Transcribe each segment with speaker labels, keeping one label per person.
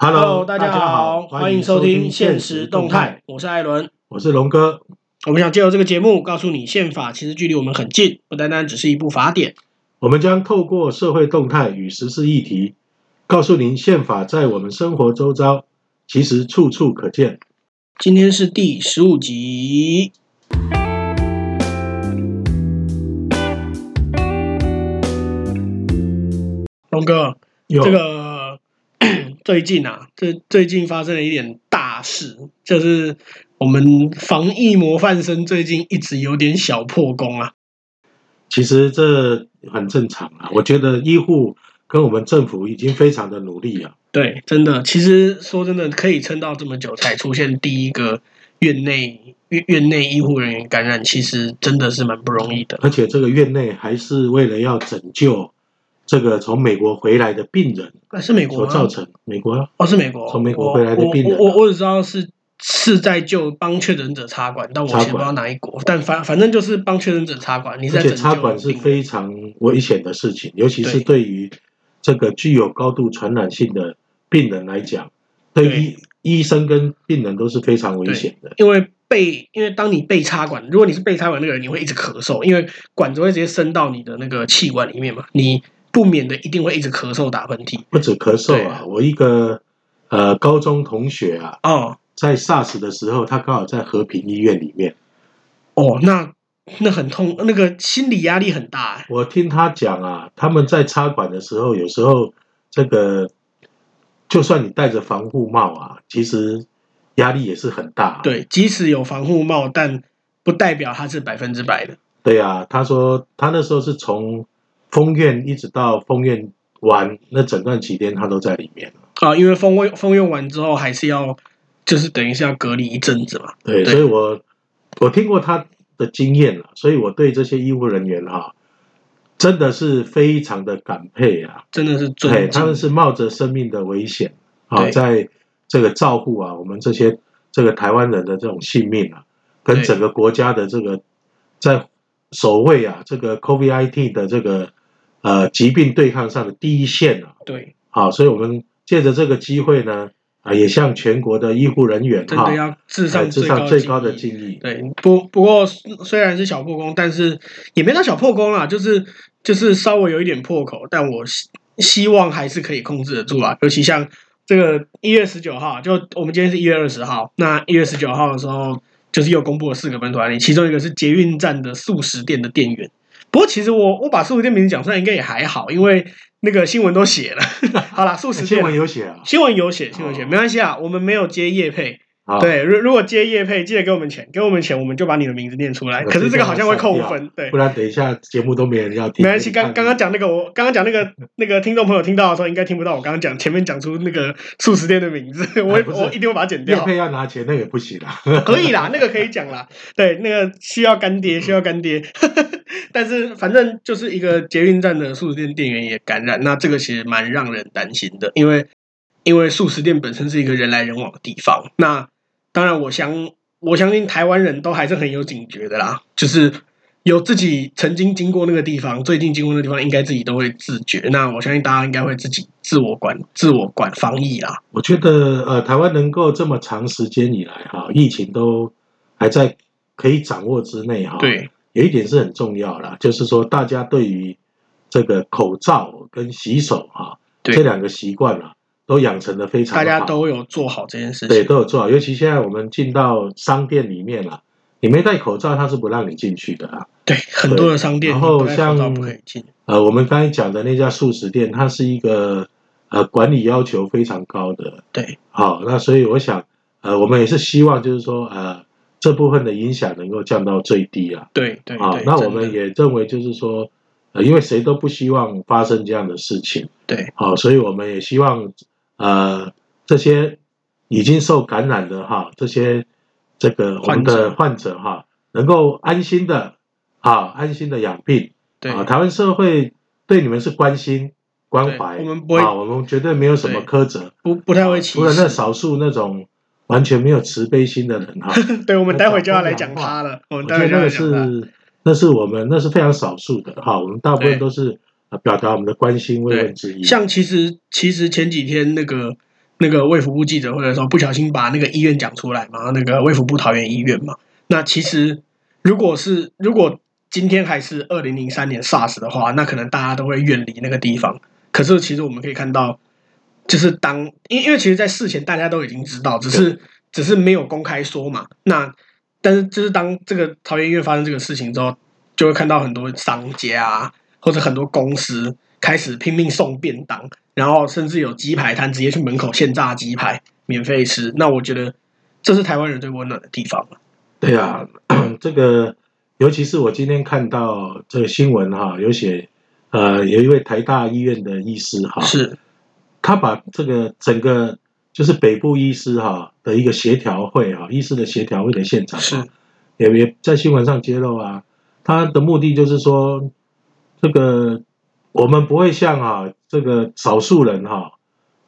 Speaker 1: Hello，
Speaker 2: 大家
Speaker 1: 好，
Speaker 2: 好，欢迎收听《现实动态》，，我是艾伦。
Speaker 1: 我是龙哥。
Speaker 2: 我们想借由这个节目，告诉你宪法其实距离我们很近，不单单只是一部法典。
Speaker 1: 我们将透过社会动态与时事议题，告诉您宪法在我们生活周遭其实处处可见。
Speaker 2: 今天是第十五集。龙哥，
Speaker 1: 有
Speaker 2: 这个 最近啊，这最近发生了一点大事，就是我们防疫模范生最近一直有点小破功啊。
Speaker 1: 其实这很正常啊。我觉得医护跟我们政府已经非常的努力啊了。
Speaker 2: 对，真的，其实说真的，可以撑到这么久才出现第一个院内院院内医护人员感染，其实真的是蛮不容易的。
Speaker 1: 而且这个院内还是为了要拯救这个从美国回来的病人
Speaker 2: 那哎是美国
Speaker 1: 所
Speaker 2: 吗
Speaker 1: 造成美国
Speaker 2: 哦，是美国，
Speaker 1: 从美国回来的病人啊
Speaker 2: 我我我我只知道是是在救帮确诊者插管，但我
Speaker 1: 插
Speaker 2: 先
Speaker 1: 管
Speaker 2: 不知道哪一国，但反反正就是帮确诊者插管，你
Speaker 1: 而
Speaker 2: 在
Speaker 1: 且
Speaker 2: 拯
Speaker 1: 插
Speaker 2: 救
Speaker 1: 管是
Speaker 2: 病人
Speaker 1: 非常危险的事情，尤其是对于这个具有高度传染性的病人来讲，对医医生跟病人都是非常危险的。
Speaker 2: 因为被因为当你被插管，如果你是被插管那个人，你会一直咳嗽，因为管子会直接伸到你的那个气管里面嘛，你不免的一定会一直咳嗽打喷嚏。
Speaker 1: 不止咳嗽啊，
Speaker 2: 对
Speaker 1: 我一个呃高中同学啊，
Speaker 2: 哦
Speaker 1: 在 SARS 的时候，他刚好在和平医院里面，
Speaker 2: 哦，那那很痛，那个心理压力很大、欸。
Speaker 1: 我听他讲啊，他们在插管的时候，有时候这个就算你戴着防护帽啊，其实压力也是很大、啊。
Speaker 2: 对，即使有防护帽，但不代表它是百分之百的。
Speaker 1: 对呀、他说他那时候是从丰院一直到丰院完，那整段期间他都在里面。
Speaker 2: 啊、因为封位封用完之后，还是要就是等于是要隔离一阵子嘛。
Speaker 1: 对，
Speaker 2: 对
Speaker 1: 所以我我听过他的经验了，所以我对这些医务人员哈、真的是非常的感佩啊！
Speaker 2: 真的是尊
Speaker 1: 对，
Speaker 2: 敬，
Speaker 1: 他们是冒着生命的危险啊，
Speaker 2: 对
Speaker 1: 在这个照顾啊，我们这些这个台湾人的这种性命啊，跟
Speaker 2: 对
Speaker 1: 整个国家的这个在守卫啊，这个 COVID-19 的这个呃疾病对抗上的第一线啊，
Speaker 2: 对，
Speaker 1: 好，所以我们借着这个机会呢，啊，也向全国的医护人员
Speaker 2: 真
Speaker 1: 哈
Speaker 2: 的，要致
Speaker 1: 哎
Speaker 2: 上
Speaker 1: 致
Speaker 2: 最
Speaker 1: 上
Speaker 2: 高
Speaker 1: 最高的
Speaker 2: 敬意。
Speaker 1: 敬意。
Speaker 2: 对，不不过虽然是小破功，但是也没到小破功啦，就是就是稍微有一点破口，但我希希望还是可以控制得住啊。尤其像这个一月十九号，就我们今天是一月二十号，那一月十九号的时候，就是又公布了四个分团里，其中一个是捷运站的素食店的店员。不过其实我我把素食店名字讲出来应该也还好，因为那个新闻都写了。 好啦，素
Speaker 1: 哎
Speaker 2: 食
Speaker 1: 新
Speaker 2: 店
Speaker 1: 闻有写啊，
Speaker 2: 新闻有写，新闻有写，
Speaker 1: 哦
Speaker 2: 没关系啊，我们没有接业配。
Speaker 1: 啊，
Speaker 2: 对，如如果接业配，记得给我们钱，给我们钱，我们就把你的名字念出来。
Speaker 1: 对
Speaker 2: 可是这个好像会扣
Speaker 1: 这个要
Speaker 2: 分，对
Speaker 1: 不，然等一下节目都没人要听。
Speaker 2: 没关系。刚
Speaker 1: 看
Speaker 2: 刚刚讲那个，我刚刚讲那个那个听众朋友听到的时候，应该听不到我刚刚讲前面讲出那个素食店的名字，我
Speaker 1: 哎不是
Speaker 2: 我一定会把它剪
Speaker 1: 叶
Speaker 2: 掉。
Speaker 1: 配要拿钱，那个不行啊。
Speaker 2: 可以啦，那个可以讲啦。对，那个需要干爹，需要干爹。 但是反正就是一个捷运站的素食店店员也感染，那这个其实蛮让人担心的，因为因为素食店本身是一个人来人往的地方。那当然，我相我相信台湾人都还是很有警觉的啦，就是有自己曾经经过那个地方，最近经过那个地方，应该自己都会自觉。那我相信大家应该会自己自我管、自我管防疫啦。
Speaker 1: 我觉得呃，台湾能够这么长时间以来哈，疫情都还在可以掌握之内哈。，
Speaker 2: 对，
Speaker 1: 有一点是很重要啦，就是说大家对于这个口罩跟洗手哈、
Speaker 2: 对
Speaker 1: 这两个习惯啊，都养成的非常
Speaker 2: 大
Speaker 1: 好。
Speaker 2: 家都有做好这件事
Speaker 1: 对
Speaker 2: 情。
Speaker 1: 都有做好，尤其现在我们进到商店里面了、你没戴口罩，它是不让你进去的啊。
Speaker 2: 对，很多的商店
Speaker 1: 然后
Speaker 2: 你不戴口罩
Speaker 1: 像
Speaker 2: 不可以进，
Speaker 1: 呃，我们刚才讲的那家素食店，它是一个呃管理要求非常高的，
Speaker 2: 对
Speaker 1: 好，那所以我想，呃，我们也是希望就是说，呃，这部分的影响能够降到最低啊。
Speaker 2: 对对
Speaker 1: 好
Speaker 2: 对，，
Speaker 1: 那我
Speaker 2: 真的
Speaker 1: 们也认为就是说，呃，因为谁都不希望发生这样的事情，
Speaker 2: 对
Speaker 1: 好，所以我们也希望，呃，这些已经受感染的哈，这些这个我们的患者哈，能够安心的啊，安心的养病
Speaker 2: 对
Speaker 1: 啊。台湾社会对你们是关心关怀，
Speaker 2: 对我们不会
Speaker 1: 啊，我们绝对没有什么
Speaker 2: 对
Speaker 1: 苛责。
Speaker 2: 不不太会歧
Speaker 1: 啊除了那
Speaker 2: 视。
Speaker 1: 少数那种完全没有慈悲心的 人哈，
Speaker 2: 对，我们待会就要来
Speaker 1: 那
Speaker 2: 讲
Speaker 1: 种
Speaker 2: 他了，
Speaker 1: 我
Speaker 2: 我们
Speaker 1: 觉得
Speaker 2: 待会就
Speaker 1: 那
Speaker 2: 要
Speaker 1: 个
Speaker 2: 来讲他。
Speaker 1: 是那是我们那是非常少数的哈，我们大部分
Speaker 2: 对
Speaker 1: 都是呃表达我们的关心慰问之意。
Speaker 2: 像其实其实前几天那个那个卫福部记者会的时候，不小心把那个医院讲出来嘛，那个卫福部桃园医院嘛。那其实如果是如果今天还是二零零三年 SARS 的话，那可能大家都会远离那个地方。可是其实我们可以看到，就是当因因为其实，在事前大家都已经知道，只是只是没有公开说嘛。那但是就是当这个桃园医院发生这个事情之后，就会看到很多商家啊，或者很多公司开始拼命送便当，然后甚至有鸡排摊直接去门口现炸鸡排，免费吃。那我觉得这是台湾人最温暖的地方了。
Speaker 1: 对啊， 这个尤其是我今天看到这个新闻哈、有写呃有一位台大医院的医师哈、
Speaker 2: 是
Speaker 1: 他把这个整个就是北部医师哈、的一个协调会啊，医师的协调会的现场、啊，
Speaker 2: 是
Speaker 1: 也也在新闻上揭露啊，他的目的就是说，这个我们不会像啊这个少数人哈、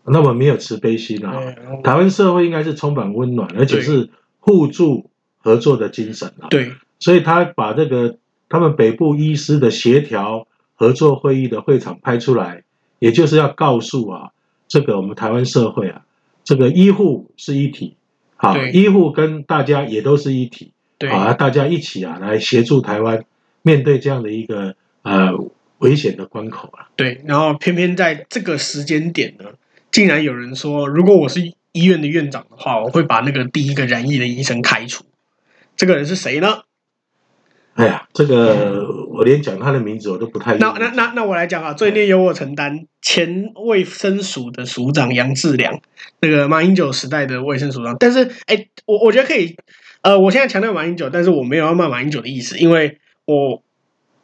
Speaker 1: 那么没有慈悲心
Speaker 2: 嗯
Speaker 1: 啊，台湾社会应该是充满温暖，而且是互助合作的精神啊。
Speaker 2: 对
Speaker 1: 所以他把这个他们北部医师的协调合作会议的会场拍出来，也就是要告诉啊，这个我们台湾社会啊，这个医护是一体，啊，
Speaker 2: 对
Speaker 1: 医护跟大家也都是一体，
Speaker 2: 对
Speaker 1: 啊，大家一起啊来协助台湾面对这样的一个呃危险的关口啊。
Speaker 2: 对，然后偏偏在这个时间点呢，竟然有人说，如果我是医院的院长的话，我会把那个第一个染疫的医生开除。这个人是谁呢？
Speaker 1: 哎呀，这个我连讲他的名字我都不太
Speaker 2: 那那那那我来讲啊，罪孽由我承担。前卫生署的署长杨志良，那个马英九时代的卫生署长，但是哎、我我觉得可以，呃，我现在强调马英九，但是我没有要骂马英九的意思，因为我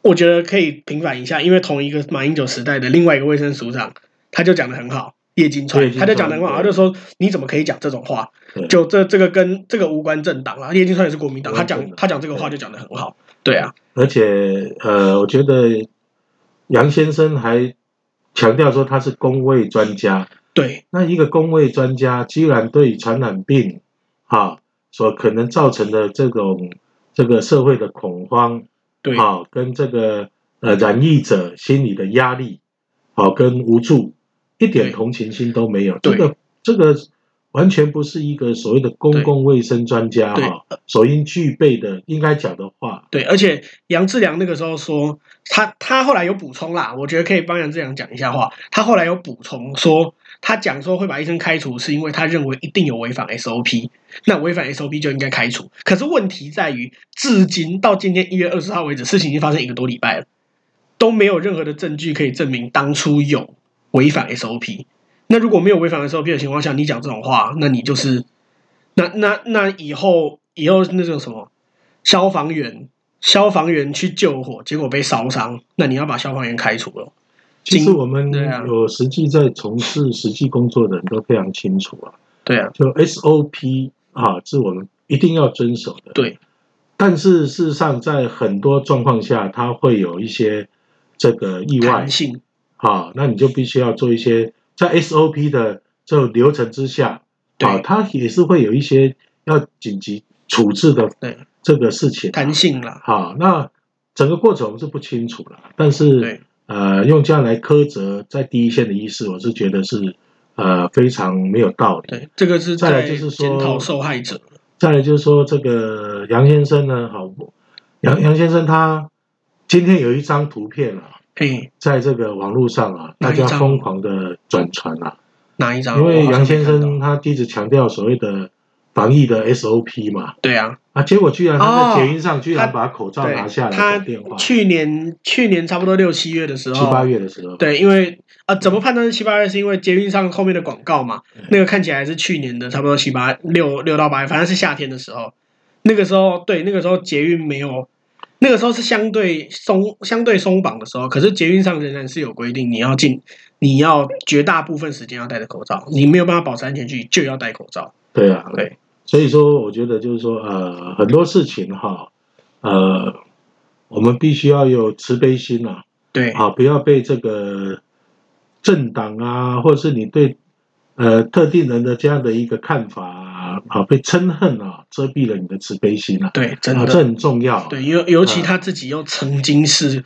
Speaker 2: 我觉得可以平反一下，因为同一个马英九时代的另外一个卫生署长，他就讲的很好，叶金
Speaker 1: 叶
Speaker 2: 川，
Speaker 1: 金
Speaker 2: 他就讲的很
Speaker 1: 川
Speaker 2: 好，他
Speaker 1: 对
Speaker 2: 就说你怎么可以讲这种话？
Speaker 1: 对
Speaker 2: 就这这个跟这个无关政党啊，叶金川也是国民党，
Speaker 1: 无
Speaker 2: 他
Speaker 1: 关
Speaker 2: 讲
Speaker 1: 政党
Speaker 2: 他讲这个话就讲的很好，对啊，
Speaker 1: 而且呃，我觉得杨先生还强调说他是工位专家，
Speaker 2: 对
Speaker 1: 那一个工位专家居然对传染病啊所可能造成的这种这个社会的恐慌
Speaker 2: 对
Speaker 1: 啊，跟这个呃染疫者心理的压力啊，跟无助，一点
Speaker 2: 对
Speaker 1: 同情心都没有。这
Speaker 2: 对
Speaker 1: 个这个完全不是一个所谓的公共卫生专家
Speaker 2: 对
Speaker 1: 哈、所应具备的应该讲的话。
Speaker 2: 对，而且杨志良那个时候说，他他后来有补充啦，我觉得可以帮杨志良讲一下话。他后来有补充说，他讲说会把医生开除，是因为他认为一定有违反 SOP，那违反 SOP 就应该开除。可是问题在于，至今到今天一月二十号为止，事情已经发生一个多礼拜了，都没有任何的证据可以证明当初有违反 SOP。那如果没有违反 SOP 的情况下，你讲这种话，那你就是那那那以后以后那种什么消防员，消防员去救火，结果被烧伤，那你要把消防员开除了。
Speaker 1: 其实
Speaker 2: 经
Speaker 1: 我们
Speaker 2: 对啊
Speaker 1: 有实际在从事实际工作的人都非常清楚啊，
Speaker 2: 对啊，
Speaker 1: 就 SOP 啊是我们一定要遵守的。
Speaker 2: 对
Speaker 1: 但是事实上，在很多状况下，它会有一些这个意外
Speaker 2: 弹性，
Speaker 1: 啊，那你就必须要做一些在 SOP 的这种流程之下啊，
Speaker 2: 对
Speaker 1: 它也是会有一些要紧急处置的
Speaker 2: 对
Speaker 1: 这个事情
Speaker 2: 弹性啦，
Speaker 1: 啊。那整个过程我们是不清楚了，但是
Speaker 2: 对
Speaker 1: 呃，用这样来苛责在第一线的医师，我是觉得是呃非常没有道理。
Speaker 2: 对，这个是
Speaker 1: 再来
Speaker 2: 在
Speaker 1: 就是说
Speaker 2: 检讨受害者。
Speaker 1: 再来就是说，这个杨先生呢，好，杨杨先生他今天有一张图片啊，
Speaker 2: 嘿，
Speaker 1: 在这个网络上啊，
Speaker 2: 哪
Speaker 1: 大
Speaker 2: 一张哦
Speaker 1: 家疯狂的转传啊，
Speaker 2: 哪一张？
Speaker 1: 因为
Speaker 2: 我好
Speaker 1: 杨
Speaker 2: 像
Speaker 1: 先
Speaker 2: 没看
Speaker 1: 生
Speaker 2: 到
Speaker 1: 他一直强调所谓的防疫的 SOP 嘛，
Speaker 2: 对啊，
Speaker 1: 啊，结果居然他
Speaker 2: 哦
Speaker 1: 在捷运上居然
Speaker 2: 他
Speaker 1: 把口罩
Speaker 2: 对
Speaker 1: 拿下来打
Speaker 2: 他
Speaker 1: 电话，七
Speaker 2: 去年去年差不多六七月的时候，
Speaker 1: 八月的时候，
Speaker 2: 对，因为啊、怎么判断是七八月？是因为捷运上后面的广告嘛
Speaker 1: 对？
Speaker 2: 那个看起来是去年的，差不多七八六六到八月，反正是夏天的时候。那个时候，对，那个时候捷运没有，那个时候是相对松相对松绑的时候，可是捷运上仍然是有规定，你要进，你要绝大部分时间要戴着口罩，你没有办法保持安全距离就要戴口罩。
Speaker 1: 对啊，
Speaker 2: 对，
Speaker 1: 所以说我觉得就是说，呃，很多事情哈，呃，我们必须要有慈悲心啊，
Speaker 2: 对，
Speaker 1: 啊，不要被这个政党啊，或者是你对呃特定人的这样的一个看法啊，啊被嗔恨啊遮蔽了你的慈悲心啊，
Speaker 2: 对，真
Speaker 1: 啊，这
Speaker 2: 的，
Speaker 1: 很重要。
Speaker 2: 对，尤尤其他自己又曾经是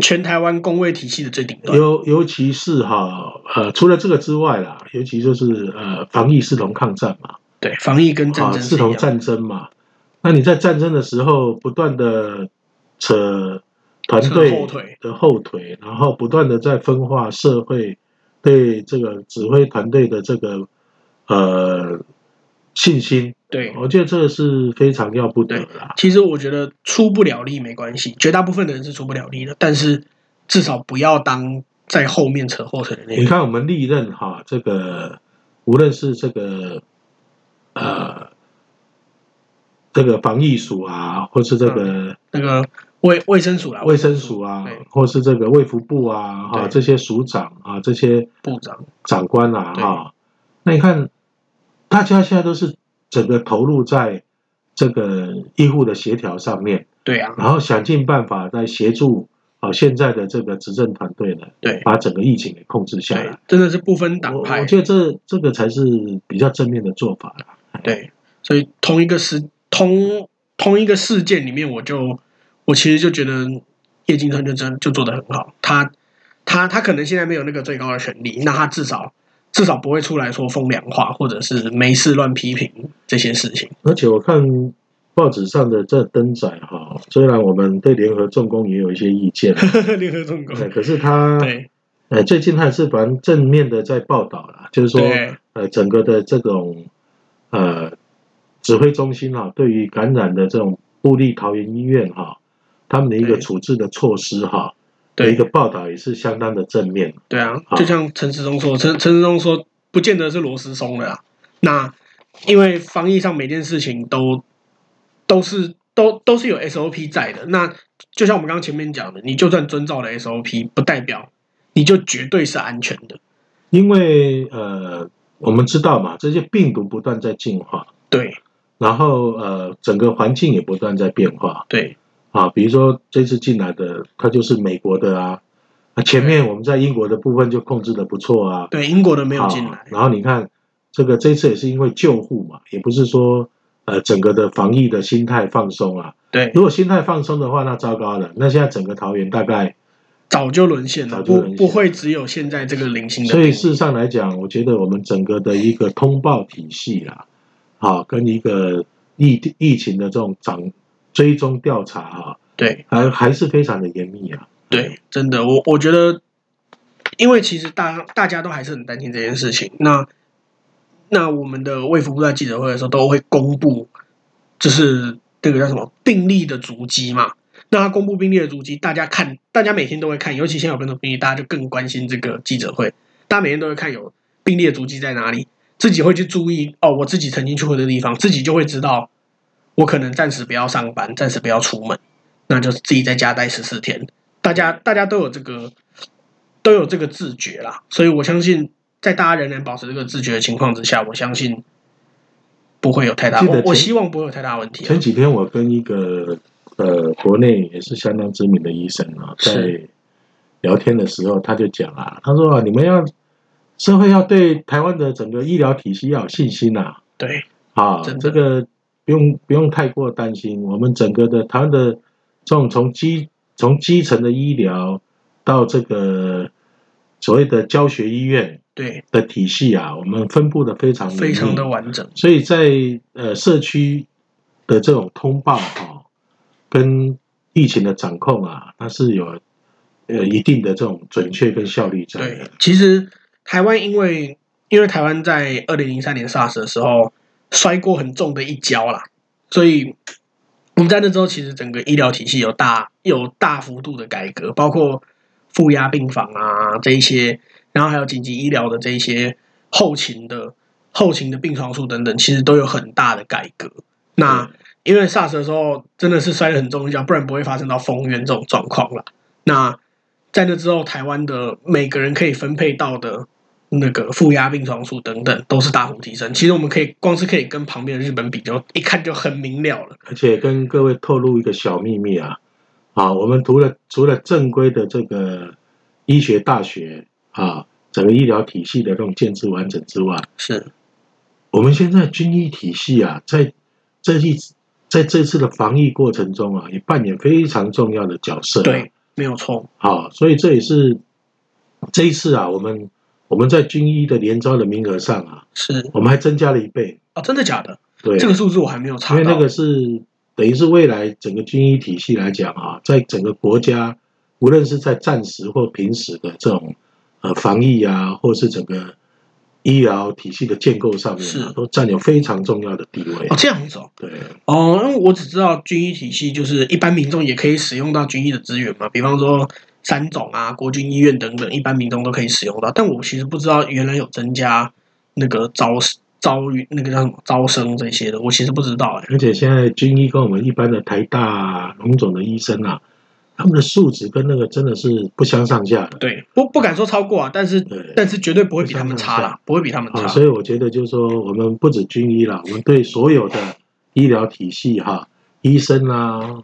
Speaker 2: 全台湾工位体系的最顶端。
Speaker 1: 尤尤其是哈，呃，除了这个之外啦，尤其就是呃，防疫视同抗战嘛，
Speaker 2: 对，防疫跟战
Speaker 1: 啊，
Speaker 2: 争
Speaker 1: 视
Speaker 2: 是一样
Speaker 1: 同
Speaker 2: 的
Speaker 1: 战争嘛。那你在战争的时候，不断的扯团
Speaker 2: 扯后
Speaker 1: 队
Speaker 2: 腿
Speaker 1: 的后腿，然后不断的在分化社会对这个指挥团队的这个呃信心，
Speaker 2: 对。
Speaker 1: 我觉得这个是非常要不得的啊啦。
Speaker 2: 其实我觉得出不了力没关系，绝大部分的人是出不了力的，但是至少不要当在后面扯后腿的那
Speaker 1: 你
Speaker 2: 个。
Speaker 1: 看我们历任哈，这个无论是这个呃这个防疫署啊，或是这个
Speaker 2: 那个卫卫生署啦，
Speaker 1: 卫生署啊
Speaker 2: 对，
Speaker 1: 或是这个卫福部啊，哈
Speaker 2: 对
Speaker 1: 这些署长啊，这些
Speaker 2: 部长，
Speaker 1: 长官啊，
Speaker 2: 对
Speaker 1: 哈，那你看大家现在都是整个投入在这个医护的协调上面，
Speaker 2: 对啊，
Speaker 1: 然后想尽办法来协助啊现在的这个执政团队呢，
Speaker 2: 对
Speaker 1: 把整个疫情给控制下来
Speaker 2: 对。，真的是不分党
Speaker 1: 我
Speaker 2: 派
Speaker 1: 我。觉得这这个才是比较正面的做法啦。
Speaker 2: 对，所以同一个事同同一个事件里面，我就我其实就觉得叶金川就真就做得很好，他他他可能现在没有那个最高的权利，那他至少至少不会出来说风凉话，或者是没事乱批评这些事情。
Speaker 1: 而且我看报纸上的这登载哈，虽然我们对联合重工也有一些意 见，
Speaker 2: 联合中国
Speaker 1: 对，可是他
Speaker 2: 对
Speaker 1: 呃最近还是蛮正面的在报道啦，就是说
Speaker 2: 对
Speaker 1: 呃整个的这种呃指挥中心啊，对于感染的这种布利桃园医院哈、他们的一个
Speaker 2: 对
Speaker 1: 处置的措施哈、的一个
Speaker 2: 对
Speaker 1: 报道也是相当的正面。
Speaker 2: 对啊
Speaker 1: 好，
Speaker 2: 就像陈时中说，陈陈时中说，不见得是螺丝松了啦。那因为防疫上每件事情都都是都都是有 SOP 在的。那就像我们刚刚前面讲的，你就算遵照了 SOP，不代表你就绝对是安全的。
Speaker 1: 因为呃，我们知道嘛，这些病毒不断在进化，
Speaker 2: 对
Speaker 1: 然后呃，整个环境也不断在变化
Speaker 2: 对
Speaker 1: 啊。比如说这次进来的，它就是美国的啊，啊前面我们在英国的部分就控制的不错啊，
Speaker 2: 对，英国的没有进
Speaker 1: 啊
Speaker 2: 来。
Speaker 1: 然后你看这个这次也是因为救护嘛，也不是说呃整个的防疫的心态放松啊。
Speaker 2: 对，
Speaker 1: 如果心态放松的话，那糟糕了。那现在整个桃园大概，
Speaker 2: 早就沦陷了，
Speaker 1: 早就沦陷
Speaker 2: 不不会只有现在这个零星的
Speaker 1: 所
Speaker 2: 病例。
Speaker 1: 以事实上来讲，我觉得我们整个的一个通报体系啦、啊，跟一个疫疫情的这种掌追踪调查啊，
Speaker 2: 对，
Speaker 1: 还还是非常的严密啊。
Speaker 2: 对，真的，我我觉得，因为其实大大家都还是很担心这件事情。那那我们的卫福部在记者会的时候都会公布，就是那个叫什么病例的足迹嘛。那他公布病例的足迹，大家看，大家每天都会看，尤其现在有更多病例，大家就更关心这个记者会。大家每天都会看有病例的足迹在哪里，自己会去注意哦，我自己曾经去过的地方，自己就会知道，我可能暂时不要上班，暂时不要出门，那就自己在家待十四天。大家大家都有这个都有这个自觉啦，所以我相信在大家仍然保持这个自觉的情况之下，我相信不会有太大，
Speaker 1: 记得
Speaker 2: 我我
Speaker 1: 前
Speaker 2: 希望不会有太大问题啊、
Speaker 1: 前几天我跟一个呃国内也是相当知名的医生啊，在
Speaker 2: 是
Speaker 1: 聊天的时候，他就讲啊，他说啊，你们要社会要对台湾的整个医疗体系要有信心呐、
Speaker 2: 对
Speaker 1: 啊
Speaker 2: 真，的
Speaker 1: 这个不用不用太过担心。我们整个的台湾的这种从基从基层的医疗到这个所谓的教学医院
Speaker 2: 对，
Speaker 1: 的体系啊，我们分布的非常
Speaker 2: 非常的
Speaker 1: 完，
Speaker 2: 完整。
Speaker 1: 所以在呃社区的这种通报啊，跟疫情的掌控啊，它是有呃一定的这种准确跟效率在
Speaker 2: 对
Speaker 1: 的。，
Speaker 2: 其实台湾因为因为台湾在二零零三年 SARS 的时候摔过很重的一跤啦，所以我们在那之后，其实整个医疗体系有大有大幅度的改革，包括负压病房啊这一些，然后还有紧急医疗的这一些后勤的后勤的病床数等等，其实都有很大的改革。那因为 SARS 的时候真的是摔得很重一跤，不然不会发生到封院这种状况了。那在那之后，台湾的每个人可以分配到的那个负压病床数等等，都是大幅提升。其实我们可以光是可以跟旁边的日本比，就一看就很明了了。
Speaker 1: 而且跟各位透露一个小秘密啊，啊，我们除了除了正规的这个医学大学啊，整个医疗体系的这种建制完整之外，
Speaker 2: 是
Speaker 1: 我们现在军医体系啊，在这一在这次的防疫过程中啊，也扮演非常重要的角色、
Speaker 2: 对，没有错，
Speaker 1: 好、所以这也是这一次啊，我们我们在军医的联招的名额上啊，
Speaker 2: 是
Speaker 1: 我们还增加了一倍。
Speaker 2: 哦，真的假的？
Speaker 1: 对，
Speaker 2: 这个啊数字我还没有查
Speaker 1: 因
Speaker 2: 到。
Speaker 1: 为那个是等于是未来整个军医体系来讲啊，在整个国家，无论是在战时或平时的这种呃防疫啊，或是整个医疗体系的建构上面、啊
Speaker 2: 是，
Speaker 1: 都占有非常重要的地位。
Speaker 2: 哦，这样子哦，
Speaker 1: 对，
Speaker 2: 哦，因为我只知道军医体系就是一般民众也可以使用到军医的资源嘛，比方说三总啊、国军医院等等，一般民众都可以使用到。但我其实不知道原来有增加那个招招那个叫什么招生这些的，我其实不知道哎、
Speaker 1: 而且现在军医跟我们一般的台大啊龙总的医生啊，他们的素质跟那个真的是不相上下的。
Speaker 2: 对，不不敢说超过啊，但是
Speaker 1: 对
Speaker 2: 但是绝对不会比他们差哦啦，不会比他们
Speaker 1: 啊，
Speaker 2: 差。
Speaker 1: 所以我觉得就是说，我们不止军医啦，我们对所有的医疗体系哈，医生啊、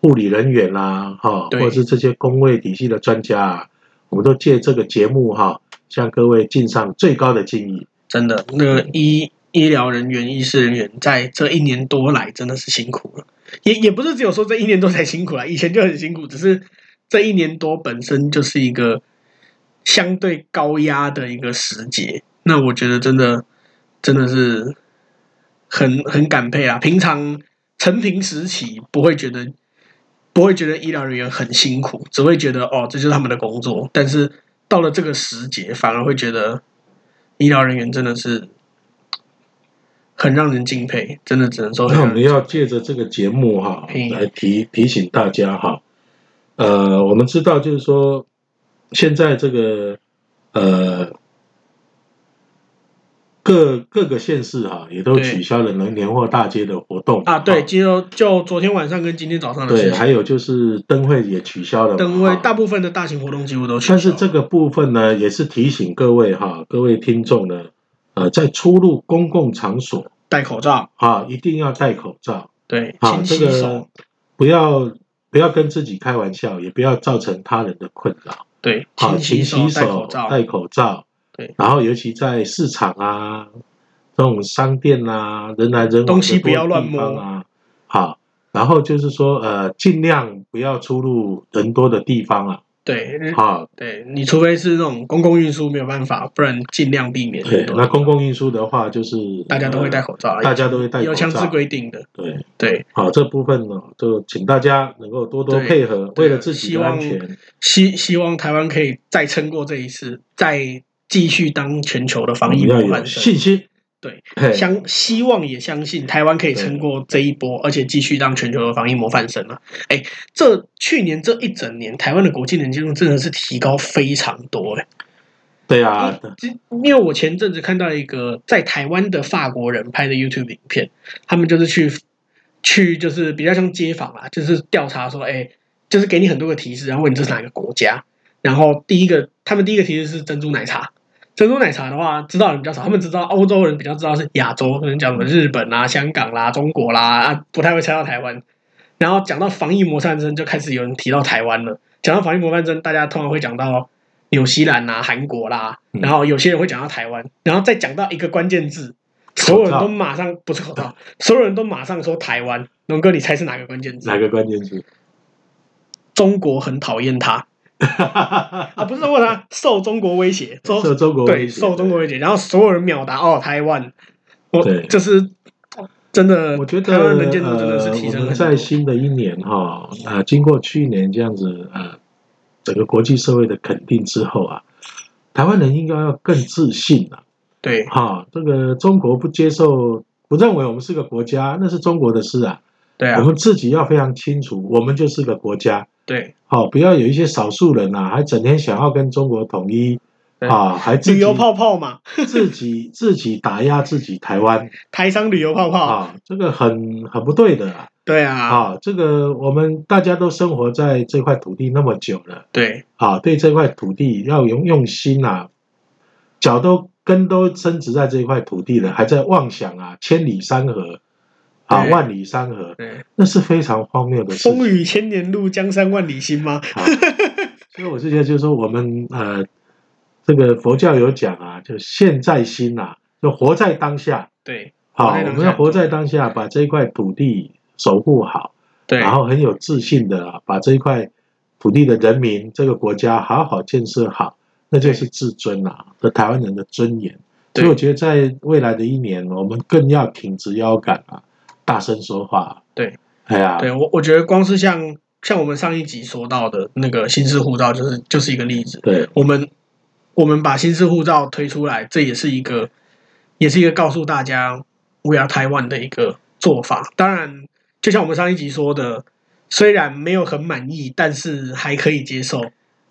Speaker 1: 护理人员啦、哈，
Speaker 2: 对
Speaker 1: 或是这些工位体系的专家啊，我们都借这个节目哈，向各位敬上最高的敬意。
Speaker 2: 真的，那个医医疗人员、医师人员在这一年多来真的是辛苦了，也也不是只有说这一年多才辛苦啦，以前就很辛苦，只是这一年多本身就是一个相对高压的一个时节。那我觉得真的真的是很很感佩啦。平常成平时期不会觉得不会觉得医疗人员很辛苦，只会觉得哦这就是他们的工作，但是到了这个时节，反而会觉得医疗人员真的是很让人敬佩，真的只能说很
Speaker 1: 那我
Speaker 2: 让
Speaker 1: 们
Speaker 2: 人
Speaker 1: 要借着这个节目哈，
Speaker 2: 嗯
Speaker 1: 来提提醒大家哈，呃，我们知道就是说，现在这个呃各各个县市哈、也都
Speaker 2: 对
Speaker 1: 取消了年年货大街的活动
Speaker 2: 啊，对，
Speaker 1: 哈
Speaker 2: 就就昨天晚上跟今天早上的事
Speaker 1: 对，
Speaker 2: 情，
Speaker 1: 还有就是灯会也取消了嘛，
Speaker 2: 灯会
Speaker 1: 哈
Speaker 2: 大部分的大型活动几乎都取
Speaker 1: 但
Speaker 2: 消了，
Speaker 1: 是这个部分呢，也是提醒各位哈，各位听众呢，呃，在出入公共场所
Speaker 2: 戴口罩，
Speaker 1: 啊，一定要戴口罩。
Speaker 2: 对，
Speaker 1: 啊，
Speaker 2: 勤
Speaker 1: 这
Speaker 2: 洗手
Speaker 1: 个，不要不要跟自己开玩笑，也不要造成他人的困扰。
Speaker 2: 对，
Speaker 1: 啊，
Speaker 2: 勤
Speaker 1: 勤
Speaker 2: 手
Speaker 1: 洗，
Speaker 2: 戴口
Speaker 1: 手，
Speaker 2: 罩，
Speaker 1: 戴口罩。
Speaker 2: 对，
Speaker 1: 然后尤其在市场啊，这种商店啊，人来人往的多
Speaker 2: 东西不要乱摸
Speaker 1: 地方啊。好，然后就是说，呃，尽量不要出入人多的地方啊。
Speaker 2: 对，
Speaker 1: 啊，
Speaker 2: 对你除非是那种公共运输没有办法，不然尽量避免。
Speaker 1: 对，那公共运输的话，就是
Speaker 2: 大家都会戴
Speaker 1: 呃
Speaker 2: 口罩啊，
Speaker 1: 大家都会戴
Speaker 2: 有
Speaker 1: 口
Speaker 2: 强制
Speaker 1: 罩。
Speaker 2: 规定的。
Speaker 1: 对，
Speaker 2: 对，
Speaker 1: 好，这部分呢，就请大家能够多多
Speaker 2: 对
Speaker 1: 配合，
Speaker 2: 对
Speaker 1: 为了自己
Speaker 2: 希
Speaker 1: 的
Speaker 2: 望
Speaker 1: 安全。
Speaker 2: 希希望台湾可以再撑过这一次，再继续当全球的防疫
Speaker 1: 你要
Speaker 2: 模
Speaker 1: 有
Speaker 2: 范生。
Speaker 1: 信心。
Speaker 2: 对，
Speaker 1: 嘿
Speaker 2: 相希望也相信台湾可以撑过这一波，而且继续当全球的防疫模范生啊！哎，这去年这一整年，台湾的国际能见度真的是提高非常多哎、
Speaker 1: 对啊，
Speaker 2: 因因为我前阵子看到一个在台湾的法国人拍的 YouTube 影片，他们就是去去就是比较像街访啦，就是调查说，哎、就是给你很多个提示，然后问你这是哪个国家。然后第一个，他们第一个提示是珍珠奶茶。珍珠奶茶的话，知道的人比较少，他们知道欧洲人比较知道是亚洲，可能讲什么日本啦、香港啦、中国啦，啊，不太会猜到台湾。然后讲到防疫模范生，就开始有人提到台湾了。讲到防疫模范生，大家通常会讲到纽西兰啦、啊韩国啦，
Speaker 1: 嗯
Speaker 2: 然后有些人会讲到台湾，然后再讲到一个关键字，所有人都马上不是口 罩，所有人都马上说台湾。龙哥，你猜是哪个关键字？
Speaker 1: 哪个关键 字？
Speaker 2: 中国很讨厌他啊，不是问他受中国威胁，受
Speaker 1: 受中国
Speaker 2: 对
Speaker 1: 威胁，
Speaker 2: 受中国威胁，然后所有人秒答哦，台湾，我
Speaker 1: 对
Speaker 2: 就是真的，
Speaker 1: 我觉得
Speaker 2: 台湾能见度真的是提
Speaker 1: 呃
Speaker 2: 升
Speaker 1: 我
Speaker 2: 很
Speaker 1: 们
Speaker 2: 多
Speaker 1: 在，新的一年哈，呃，经过去年这样子呃，整个国际社会的肯定之后啊，台湾人应该要更自信了、
Speaker 2: 对
Speaker 1: 哈，这个中国不接受，不认为我们是个国家，那是中国的事啊。
Speaker 2: 对啊
Speaker 1: 我，们自己要非常清楚，我们就是个国家。
Speaker 2: 对
Speaker 1: 好、不要有一些少数人啊，还整天想要跟中国统一
Speaker 2: 对
Speaker 1: 啊，还自
Speaker 2: 旅
Speaker 1: 己
Speaker 2: 游泡泡嘛，
Speaker 1: 自己自己打压自己台湾
Speaker 2: 台商旅游泡泡，
Speaker 1: 啊，这个很很不对的啊
Speaker 2: 对啊，
Speaker 1: 啊。这个我们大家都生活在这块土地那么久了
Speaker 2: 对
Speaker 1: 啊，对这块土地要用用心啊，脚都根都伸直在这块土地了，还在妄想啊，千里山河啊，
Speaker 2: 对
Speaker 1: 万里山河，
Speaker 2: 对，
Speaker 1: 那是非常荒谬的事情
Speaker 2: 风。雨千年路，江山万里心吗？
Speaker 1: 啊，所以我是觉得，就是说我们呃，这个佛教有讲啊，就现在心呐、就活在当下。
Speaker 2: 对
Speaker 1: 好，
Speaker 2: 活在当下
Speaker 1: 我们要活在当下，把这一块土地守护好，
Speaker 2: 对
Speaker 1: 然后很有自信的、把这一块土地的人民、这个国家好好建设好，那就是自尊啊，和台湾人的尊严。所
Speaker 2: 对
Speaker 1: 以我觉得，在未来的一年，我们更要挺直腰杆啊，大声说话啊。
Speaker 2: 对，
Speaker 1: 哎呀，
Speaker 2: 对我，我觉得光是像像我们上一集说到的那个新式护照，就是就是一个例子。
Speaker 1: 对
Speaker 2: 我们我们把新式护照推出来，这也是一个也是一个告诉大家 We are Taiwan 的一个做法。当然，就像我们上一集说的，虽然没有很满意，但是还可以接受。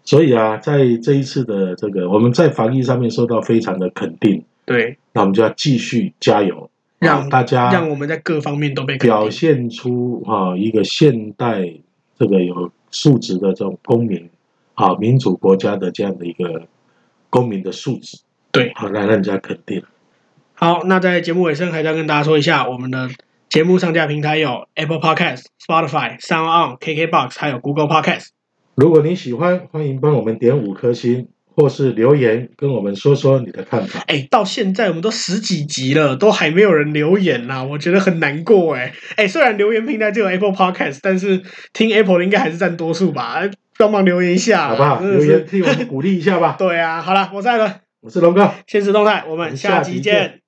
Speaker 1: 所以啊，在这一次的这个，我们在防疫上面受到非常的肯定，
Speaker 2: 对，
Speaker 1: 那我们就要继续加油，
Speaker 2: 让
Speaker 1: 啊大家
Speaker 2: 让我们在各方面都被肯定
Speaker 1: 表现出啊一个现代这个有素质的这种公民啊，民主国家的这样的一个公民的素质，
Speaker 2: 对。
Speaker 1: 好、啊、让人家肯定。
Speaker 2: 好，那在节目尾声还是要跟大家说一下，我们的节目上架平台有 Apple Podcast、Spotify、Sound On、KKBox，还有 Google Podcast。
Speaker 1: 如果你喜欢，欢迎帮我们点五颗星，或是留言跟我们说说你的看法。
Speaker 2: 哎，到现在我们都十几集了，都还没有人留言啦、我觉得很难过哎。哎，虽然留言平台只有 Apple Podcast，但是听 Apple 的应该还是占多数吧？哎帮忙留言一下，
Speaker 1: 好不好？
Speaker 2: 真的
Speaker 1: 留
Speaker 2: 啊嗯是
Speaker 1: 言替我们鼓励一下吧
Speaker 2: 。对啊，好了，我在了，
Speaker 1: 我是龙哥，
Speaker 2: 现实动态，我
Speaker 1: 我
Speaker 2: 们
Speaker 1: 们
Speaker 2: 下
Speaker 1: 下
Speaker 2: 期
Speaker 1: 集
Speaker 2: 见
Speaker 1: 见。